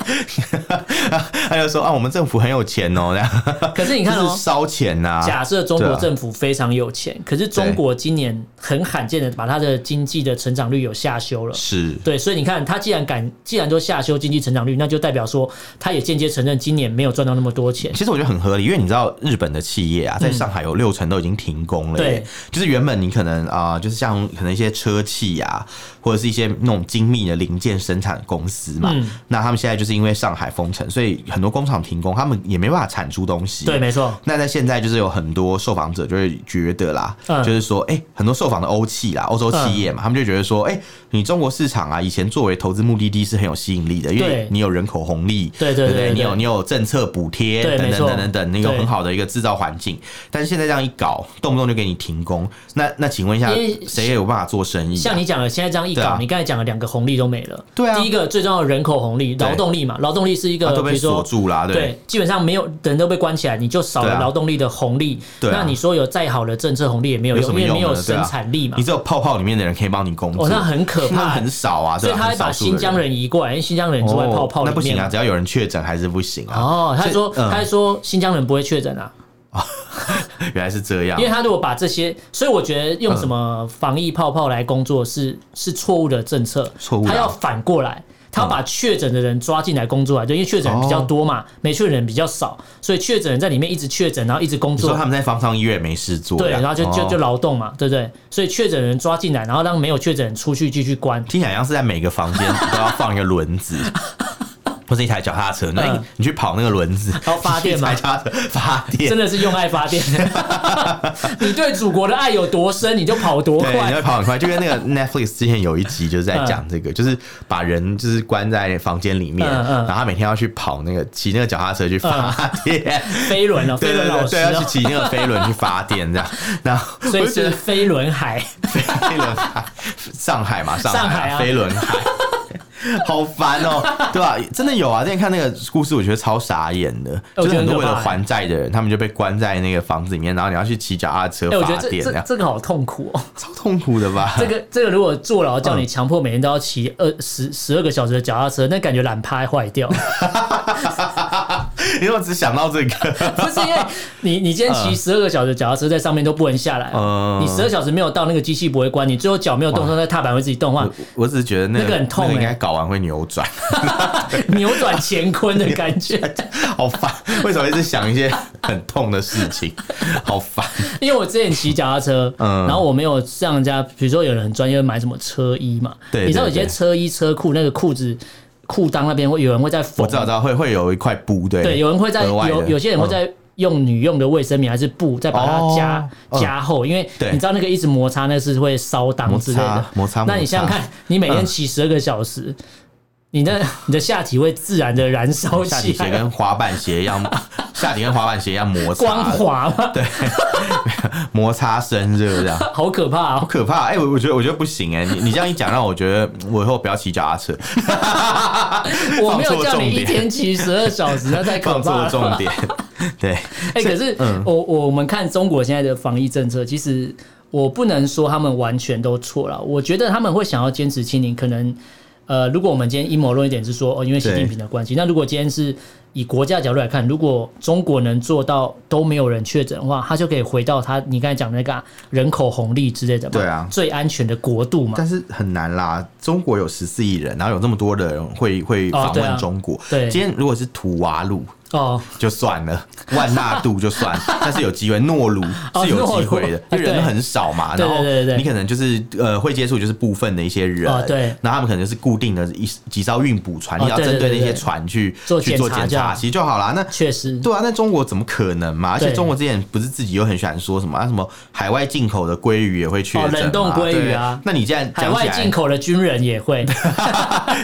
他就说啊，我们政府很有钱哦，这样
可是你看
就
哦
是，烧钱呐、
假设中国
对啊啊
政府非常有钱，可是中国今年很罕见的把它的经济的成长率有下修了。
是
对，所以你看，它既然敢，既然都下修经济成长率，那就代表说，它也间接承认今年没有赚到那么多钱。嗯
其实我觉得很合理，因为你知道日本的企业啊，在上海有六成都已经停工了耶、
对
就是原本你可能啊、呃就是像可能一些车企啊，或者是一些那种精密的零件生产公司嘛，
嗯
那他们现在就是因为上海封城，所以很多工厂停工，他们也没办法产出东西。
对，没错，
那在现在就是有很多受访者就会觉得啦，
嗯
就是说，哎、很多受访的欧企啦，欧洲企业嘛，他们就觉得说，哎、你中国市场啊，以前作为投资目的地是很有吸引力的，因为
对
你有人口红利，
对对
对不
对对
你有
对
你有政策补贴
对
等
没
等
错
等等等，你有
对
很好的一个制造环境。但是现在这样一搞，动不动就给你停工，那那请问一下
因为，
谁有办法做生意、啊？
像你讲的，现在这样一搞，
对啊
你刚才讲的两个红利都没了。
对啊
第一个最重要的人口红利，劳动力嘛，劳动力是一个
啊、都
呃比
被
如说
锁住啦，对。
对，基本上没有人都被关起来，你就少
对
了
啊
劳动力的红利。
对啊
那你说有再好的政策红利也没有
有什
用，
么
因为
用
没有
呢？对
生
啊
产力嘛
你。只有泡泡里面的人可以帮你工作，
哦那很可怕
那很少啊，
所以
对吧？
他会
很少
把
数
新
的人
疆人移过来，因为新疆人住在泡泡
哦、
里面嘛、
那不行啊，只要有人确诊还是不行啊。
哦，他说，
所以嗯
他说新疆人不会确诊啊，
原来是这样
因为，他如果把这些，所以我觉得用什
嗯
么防疫泡泡来工作是是错误的政策，
错误的啊
他要反过来，他要把确诊的人抓进来工作啊，对，因为确诊人比较多
哦
嘛，没确诊人比较少，所以确诊人在里面一直确诊，然后一直工
你说
作
他，们在方舱医院没事做这
对，
样，
然后就就就
哦
劳动嘛，对不对？所以确诊人抓进来，然后让没有确诊人出去继续关，
听起来像是在每个房间都要放一个 轮子。或是一台脚踏车，那你
嗯
你去跑那个轮子，
然后发 电吗
一台脚踏车发电
真，的是用爱发 电。你对祖国的爱有多深，你就跑多
对，你
快
会。跑很快，就跟 那个 Netflix 之前有一集就是在讲这个，就是把人就是关在房间里面，
嗯嗯
然后他每天要去跑那个骑那个脚踏车去发电，
飞轮哦，
对
飞
对
轮
对
老师
对，要
哦，
去骑那个飞轮去发电 这样，然后
所
我
以
就觉得
是飞轮海。
飞轮海，上海嘛，上
上
海
海
啊
啊
飞轮海。 好烦哦、对吧、真的有啊！之前看那个故事，我觉得超傻眼的，
我
就是
觉得
很
很可
多为了
怕欸
还债的人，他们就被关在那个房子里面，然后你要去骑脚踏车
哎，我觉
发
得这
电，这
这
样
这个好痛苦哦。
超痛苦的吧？
这个这个如果坐牢叫
嗯
你强迫每天都要骑二十十二个小时的脚踏车，那感觉懒趴还坏 掉。
因为我只想到这个，
不是因为你你今天骑十二个小时的脚踏车在上面都不能下来
嗯
哦，你十二小时没有到那个机器不会关，你最后脚没有动，那踏板会自己动的 话，
我只是觉得那个
那个很痛欸
应该搞完会扭转，
扭转乾坤的感觉。
好烦！为什么一直想一些很痛的事情？好烦！
因为我之前骑脚踏车，
嗯
然后我没有让人家，比如说有人很专业买什么车衣嘛，
对对
你知道有些
对
车衣车裤那个裤子裤裆那边会有人会在缝
我，知道，知道会会有一块布，对
对，有人会在
额外的嗯
有有些人会在。用女用的卫生棉还是布，再把它加、
哦嗯
加厚，因为
对
你知道那个一直摩擦，那是会烧裆之类的
摩擦摩擦嗯
那你想想看，你每天骑十二个小时， 你的你的下体会自然的燃烧
下
起
底鞋
来。
跟滑板鞋一样 下体跟滑板鞋一样摩擦，
光滑吗？对，
摩擦生热这样。
好可怕
好
哦！
可怕！哎、我我觉得我觉得不行哎、你你这样一讲，让我觉得嗯我以后不要骑脚踏车。
我没有
放错
叫
重
你一
点
天骑十二小时，那太可
放
怕
错
了。
重点， 对，
哎、可是
嗯
我我们看中国现在的防疫政策，其实我不能说他们完全都错了。我觉得他们会想要坚持清零，可能呃，如果我们今天阴谋论一点是说，哦，因为习近平的关系，那如果今天是以国家角度来看，如果中国能做到都没有人确诊的话，他就可以回到他你刚才讲的那个啊人口红利之类的嘛，
对啊
最安全的国度嘛。
但是很难啦。中国有十四亿人，然后有这么多的人会会
哦
访
对啊
问中国。
对
今天如果是土瓦鲁。
哦，
就算了， 万纳度 就算，但是有机会，诺鲁
哦
是有机会的，
诺鲁
因为人很少嘛，
对
然后
对对对对
你可能就是呃会接触就是部分的一些人
哦，对
那他们可能就是固定的一几艘运补船，
哦
你要针
对对
那
对
些
对
船去
做
去
检
做
查
检
这
查，
样
其实就好啦。那
确实，
对啊，那中国怎么可能嘛？而且
对
中国之前不是自己又很喜欢说什么、啊、什么海外进口的鲑鱼也会确诊
哦
嘛、
冷冻鲑鱼啊
对那你既然
海
讲起
外进
来
口的军人也会，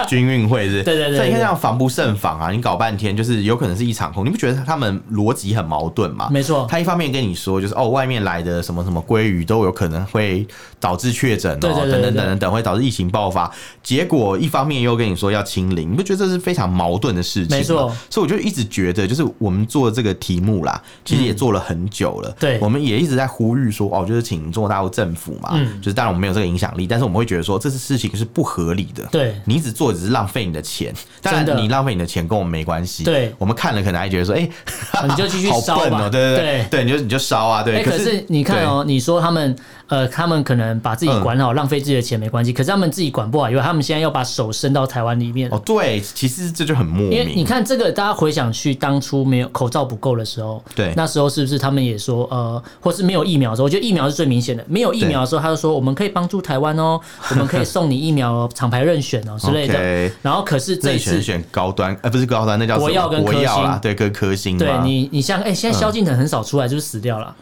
军运会是不是，
对对对
所以你
对
看这样防不胜防啊！你搞半天就是有可能是一场空，你不觉得他们逻辑很矛盾吗？
没错
他一方面跟你说就是哦，外面来的什么什么鲑鱼都有可能会导致确诊哦，
对对对对
等等
对
等等等会导致疫情爆发，结果一方面又跟你说要清零，你不觉得这是非常矛盾的事情吗？
没错
所以我就一直觉得，就是我们做这个题目啦，其实也做了很久了，
嗯对
我们也一直在呼吁说哦，就是请中国大陆政府嘛，
嗯
就是当然我们没有这个影响力，但是我们会觉得说这次事情是不合理的，
对
你一直做只是浪费你的钱，当
真
然
的
你浪费你的钱跟我们没关系。
对
我们看了可能还觉得说，哎、
哦你就继续
好
烧
笨
吧
哦、对对对
对
对，你就你就烧啊，对。嗯
哎、可是你看哦、你说他们呃，他们可能把自己管好，浪费自己的钱没关系，可是他们自己管不好，因为他们现在要把手伸到台湾里面
对，。哦对，其实这就很莫
因为你
名。
看这个，大家回想去当初没有口罩不够的时候，
对
那时候是不是他们也说，呃，或是没有疫苗的时候，我觉得疫苗是最明显的。没有疫苗的时候，他就说我们可以帮助台湾哦，我们可以送你疫苗哦，厂牌任选哦之类 的
OK。
然后可是这一
任
次
选选高端，呃，不是高端，那叫什么
国药跟
国药
科
啦，
兴
对，跟科兴嘛。
对你，你像哎、现
嗯
在萧敬腾很少出来，就是死掉了，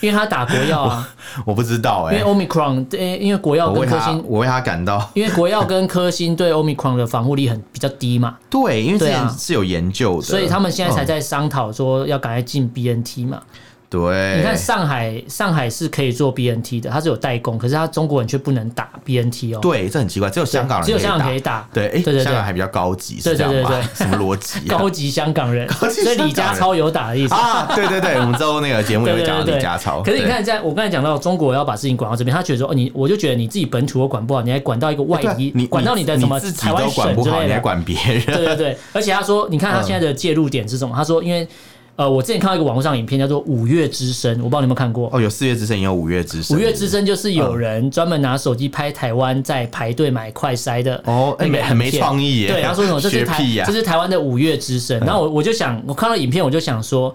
因为他打国药啊，
我不知道哎、
因为 Omicron，对，因为国药
我为
跟科
他，
兴，
我为他感到
因为国药跟科兴对 Omicron 的防护力很比较低 嘛，
对，因为之
对啊
前是有研究的，
所以他们现在才
嗯、
在商讨说要赶快进 BNT 嘛。
对。
你看上海，上海是可以做 BNT 的，它是有代工，可是它中国人却不能打 BNT 哦。
对，这很奇怪，只有香港人
只有香港可以
打。
打，
对，哎、
对对
香港还
对，
比较高级，是
对
这
对
样吧？
对对
什么逻辑、啊？
高级香港人，
高级
所以
香
李
港
家
人
超有打的意思。
啊，对对对，我们之后那个节目也
对对
会讲到
对对，
李家超。
可是你
对
看，在我刚才讲到中国要把事情管到这边，他觉得说，哦，你我就觉得你自己本土都管不好，你还管到一个外
对啊
移，
你
管到你的什么
自己
台湾
都管
省
不
之
好，
类
你还
的。
管别人？
对对 对，而且他说，你看他现在的介入点是什么？他
嗯
说，因为呃，我之前看到一个网络上影片叫做《五月之声》，我不知道你有没有看过。
哦，有四月之声，也有五月之声。
五月之声就是有人专门拿手机拍台湾在排队买快筛的
哦哎
那个
没很没
影片
创意耶
对，然后说什么这
学
是台
屁呀嗯
这是台湾的五月之声，然后我我就想，我看到影片我就想说。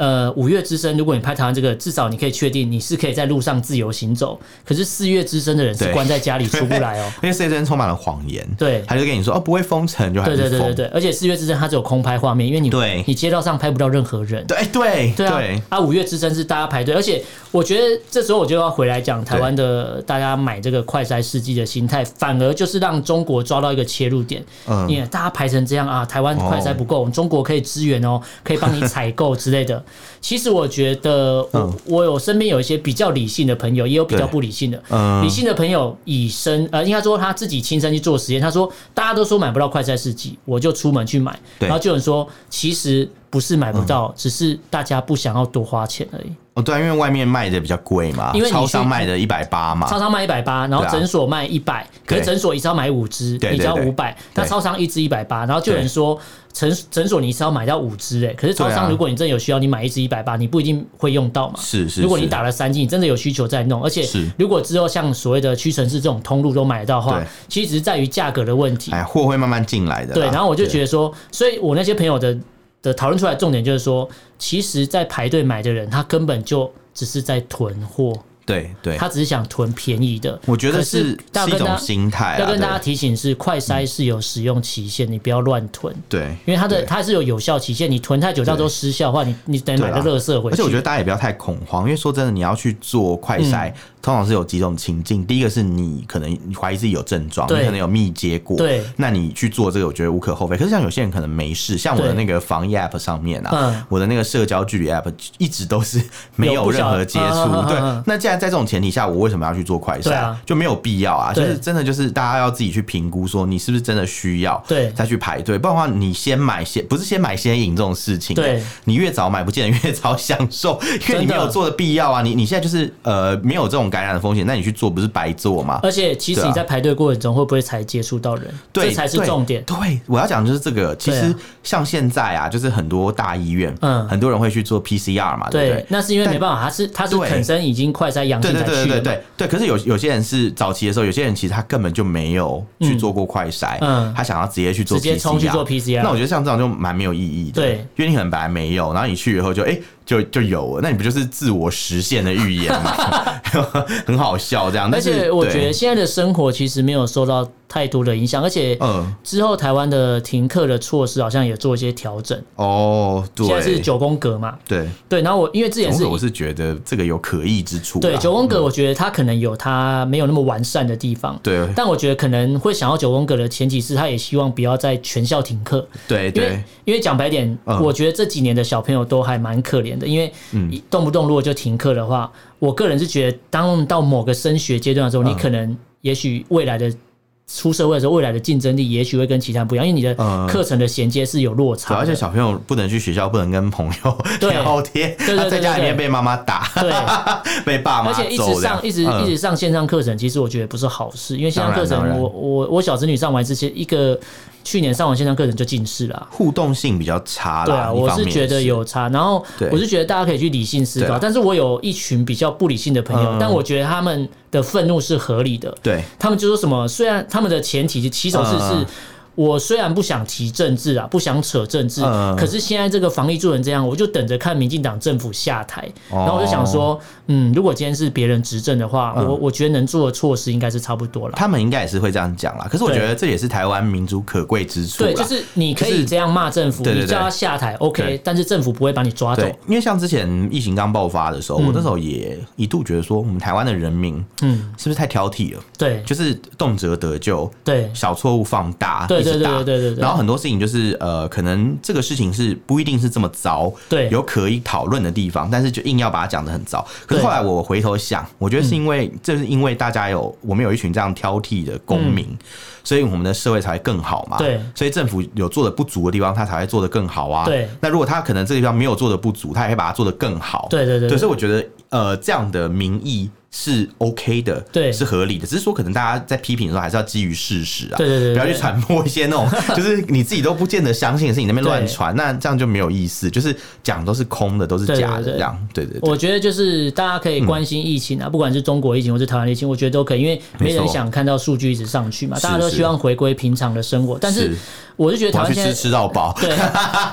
呃，五月之声，如果你拍台湾这个，至少你可以确定你是可以在路上自由行走。可是四月之声的人是
对
关在家里出不来 哦。
因为四月之声充满了谎言，
对
他就跟你说哦，不会封城，就还
对对
是
对
封。
对对，而且四月之声它只有空拍画面，因为你
对
你街道上拍不到任何人。
对哎对
对啊，啊，五月之声是大家排队，而且我觉得这时候我就要回来讲台湾的大家买这个快筛试剂的心态，反而就是让中国抓到一个切入点，
嗯
嗯，因为大家排成这样啊，台湾快筛不够，我们中国可以支援哦，可以帮你采购之类的。其实我觉得我，
嗯
我有身边有一些比较理性的朋友，也有比较
对
不理性的，
嗯
理性的朋友以身呃，应该说他自己亲身去做实验，他说大家都说买不到快筛试剂，我就出门去买，
对
然后就有人说其实不是买不到，只是大家不想要多花钱而已。
哦对啊，因为外面卖的比较贵嘛，
因为你
超商
去
卖的一百八嘛，
超商卖一百八，然后
对啊
诊所卖一百，可
对
是诊所一次要买五支，
对对
你只要
对
五百，那
对
超商一支一百八，然后就有人说诊诊所你一次要买到五支哎，可是超
对啊
商如果你真的有需要，你买一支一百八，你不一定会用到嘛。
是是
如果
是
你打了三剂，你真的有需求再弄，而且
是
如果之后像所谓的屈臣氏这种通路都买得到的话
对，
其实只是在于价格的问题。
哎，啊货会慢慢进来的啦。
对，然后我就觉
得
得说，所以我那些朋友的的讨论出来的重点就是说，其实，在排队买的人，他根本就只是在囤货。
对对，
他只是想囤便宜的。
我觉得
可
是
是要
是一
跟大
种
家
心态啊，
要跟大家
对
提醒是，快筛是有使用期限，你不要乱囤。
对，
因为它的
嗯对
它是有有效期限，你囤太久到时候失效的话，你你等于买
对
个
啦
垃圾回去。嗯
而且我觉得大家也不要太恐慌，因为说真的，你要去做快筛，通常是有几种情境。第一个是你可能怀疑自己有症状，你
对
可能有密接过，
对
那你去做这个，我觉得无可厚非。可是像有些人可能没事，像我的
对
那个防疫 App 上面啊，
嗯
我的那个社交距离 App 一直都是没
有
有
不少
任何接触。
嗯嗯嗯
对
嗯嗯，
那既然在这种前提下，我为什么要去做快筛？
对啊
就没有必要啊。就
对
是真的就是大家要自己去评估，说你是不是真的需要，
对
再去排队。不然的话，你先买先不是先买先赢这种事情啊，
对
你越早买，不见得越早享受，因为
真
你
的
没有做的必要啊。你你现在就是呃没有这种感染的风险，那你去做不是白做吗？
而且其实
对啊
你在排队过程中会不会才接触到人，
对，
这才是
对
重点。
对，我要讲的就是这个。其
对啊
实像现在啊，就是很多大医院，
嗯
很多人会去做 PCR 嘛，对不
对
对，？
那是因为
但
没办法，他是他是
对
本身已经快筛阳
对
性
对
才
对
去
对
的嘛。
对对，可是有有些人是早期的时候，有些人其实他根本就没有去做过快筛，
嗯嗯
他想要直接去做 PCR,
直接冲去做 PCR
那我觉得像这种就蛮没有意义的，
对
因为你可能本来没有，然后你去以后就哎、就就有了，那你不就是自我实现的预言 吗？很好笑这样，
而
但是
且我觉得
对
现在的生活其实没有受到太多的影响，而且
嗯
之后台湾的停课的措施好像也做一些调整，
哦，对，
现在是九宫格嘛，
对，
对，然后我因为之前
总
是
之我是觉得这个有可疑之处啦，
对九宫格，我觉得它可能有它没有那么完善的地方，
对
但我觉得可能会想要九宫格的前几次，他也希望不要在全校停课，
对
因
对
为。因为讲白点，
嗯
我觉得这几年的小朋友都还蛮可怜的，因为一动不动如果就停课的话，我个人是觉得，当到某个升学阶段
嗯
的时候，你可能也许未来的。出社会的时候，未来的竞争力也许会跟其他人不一样，因为你的
嗯
课程的衔接是有落
对，
差
而且
的。
小朋友不能去学校，不能跟朋友
对
聊天，
对对
他在
对
家里
对
面被妈妈打，
对，
被爸妈
而
揍
且一直
这样
上一直
嗯
一直上线上课程，其实我觉得不是好事，因为线上课
当然当
程，
然
我我我小侄女上完之前，一个去年上完线上课程就近视了啊、
互动性比较差啦。
对啊，
一
我
方
是
面
觉得有差，然后
对
我是觉得大家可以去理性思
对
考
啊，
但是我有一群比较不理性的朋友
嗯，
但我觉得他们的愤怒是合理的。
对
他们就说什么，虽然他们的前提起手式
嗯
是
嗯。
我虽然不想提政治啊，不想扯政治，
嗯嗯
可是现在这个防疫做成这样，我就等着看民进党政府下台。
哦
然后我就想说，嗯，如果今天是别人执政的话，
嗯
我我觉得能做的措施应该是差不多了。
他们应该也是会这样讲啦。可是我
对
觉得这也是台湾民主可贵之处啦。
对，就是你可
就是
以这样骂政府，
对对
你叫
对
他下台，OK，
对
但是政府不会把你抓走。
对，因为像之前疫情刚爆发的时候，我那时候也一度觉得说，我们台湾的人民
嗯，
是不是太挑剔了？
对
就是动辄得咎，
对，
小错误放大，
对
一直
对对
打
对对对对
然后很多事情就是呃，可能这个事情是不一定是这么糟，
对
有可以讨论的地方，但是就硬要把它讲的很糟。可是
对
后来我回头想，我觉得是因为这、是因为大家有我们有一群这样挑剔的公民，所以我们的社会才会更好嘛。
嗯对
所以政府有做的不足的地方，他才会做的更好啊。
对
那如果他可能这个地方没有做的不足，他也会把它做的更好。
对对对
对，所以我觉得呃，这样的民意。是 OK 的，
对
是合理的，只是说可能大家在批评的时候还是要基于事实啊，
对对对对
不要去传播一些那 种就是你自己都不见得相信的事情，那边乱
对
传，那这样就没有意思，就是讲都是空的，都是
对对
假的，
对
这样，对对对，嗯
我觉得就是大家可以关心疫情啊，不管是中国疫情或是台湾疫情，我觉得都可以，因为没
没
人
错
想看到数据一直上去嘛，
是
大家都
是
希望回归平常的生活。但是我是觉得
我
台
要
湾
去
现在
吃吃到饱，
对，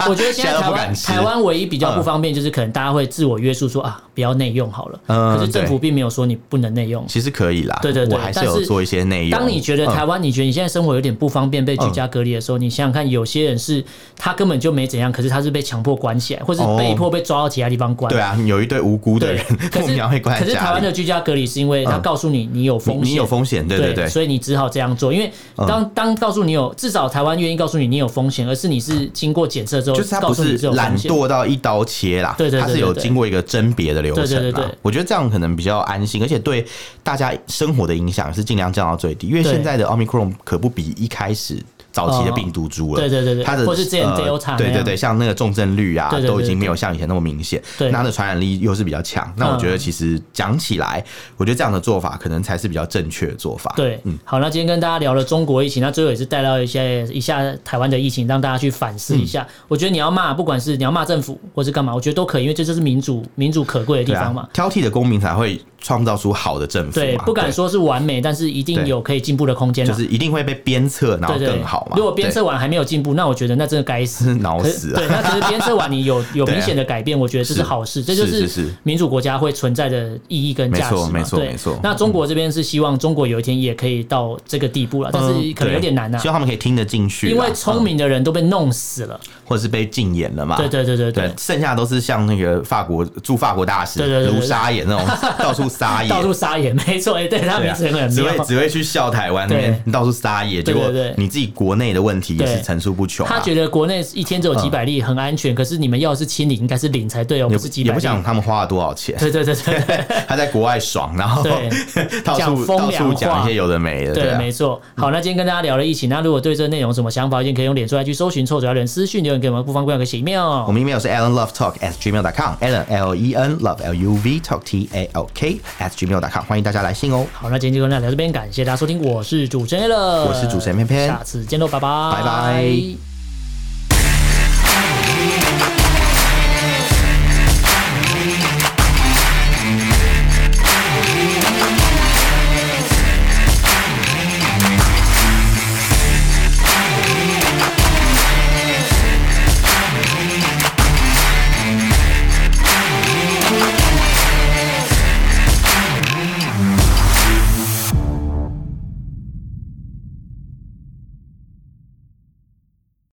我觉得现
现在
在
都
台
不敢
湾
吃
台湾唯一比较不方便就是可能大家会自我约束说啊，不要内用好了。
嗯
可是政府
对
并没有说你不能内用。
其实可以啦，
对对对
我还是
但
有
是
做一些内容。
当你觉得台
嗯
湾，你觉得你现在生活有点不方便，被居家隔离的时候，你想想看，有些人是他根本就没怎样，可是他是被强迫关起来，或是
哦
被迫被抓到其他地方关。
对啊，有一堆无辜的
对
人，
可
莫名其
是
妙会关
可
在
是台
家
湾的
里，嗯
居家隔离是因为他告诉你你有
你
风险，
你有风险，对对对，嗯
所以你只好这样做。因为当、当告诉你有，至少台湾愿意告诉你你有风险，而是你是经过检测之后
就是他
哦告
不
诉你
是
是有
懒
风险。
惰到一刀切啦，
对对对
他是有经过一个甄别的流程啦。
对对对对
我觉得这样可能比较安心，而且对大家生活的影响是尽量降到最低，因为
对
现在的 Omicron 可不比一开始。早期的病毒株了，
哦对对对对
它的
或是之前
呃
Delta
对
那
对
样
对，像那个重症率啊，
对对对
都已经没有像以前那么明显，
对嗯
那它的传染力又是比较强。那我觉得其实讲起来，我觉得这样的做法可能才是比较正确的做法。
对，好，那今天跟大家聊了中国疫情，那最后也是带到一些一下台湾的疫情，让大家去反思一下。
嗯
我觉得你要骂，不管是你要骂政府或是干嘛，我觉得都可以，因为这就是民主民主可贵的地
对
方
啊
嘛。，
挑剔的公民才会创造出好的政府嘛，
对，不敢说是完美，但是一定
啊对
有可以进步的空间啊
对，
啦。
就是一定会被鞭策，然后
对对，
更好嘛。
如果鞭策完还没有进步，那我觉得那真的该死，
对脑
可
死
对，
啊，
那可是鞭策完你 有有
对啊
明显的改变，我觉得这是好事，这就是是
是
民主国家会存在的意义跟价值嘛。
没错没错
对
没错
那中国这边是希望中国有一天也可以到这个地步了，但是
嗯
可能有点难呐
对希，望他们可以听得进去啦，
因为聪明的人都被弄死了。
啊嗯或者是被禁言了嘛。
对对对对
对
对，，
剩下都是像那个法国驻法国大使
对对对对
卢沙野那种 到处撒野，
到处撒野，没错，哎，对 他
对
名
啊
字很很
只
妙
会。只会去笑台湾那边
对
到处撒野，
对
结
对
果
对
你自己国内的问题也
对
是层出不穷啊。
他觉得国内一天只有几百例，很安全。可是你们要是清零，应该是零才对哦，
嗯也
不
不
是几
也
百
不
例。
想他们花了多少钱，
对对对对对
他在国外爽，然后
对
到
讲
处
风
到
凉话
处讲一些有的没的，对
对，
啊，
没错。好，那今天跟大家聊了疫情，那如果对这个内容有什么想法，一定可以用脸书来去搜寻臭嘴阿伦私讯留言给我们，不方便可以写 email
我。们 email 是 alan love talk at gmail com alan l e n love l u v talk t a l k at gmail com，欢迎大家来信哦。
好，那今天就跟大家聊到这边，感谢大家收听，我是主持人 a l
我是主持人偏偏
下次见喽，拜拜，
拜拜。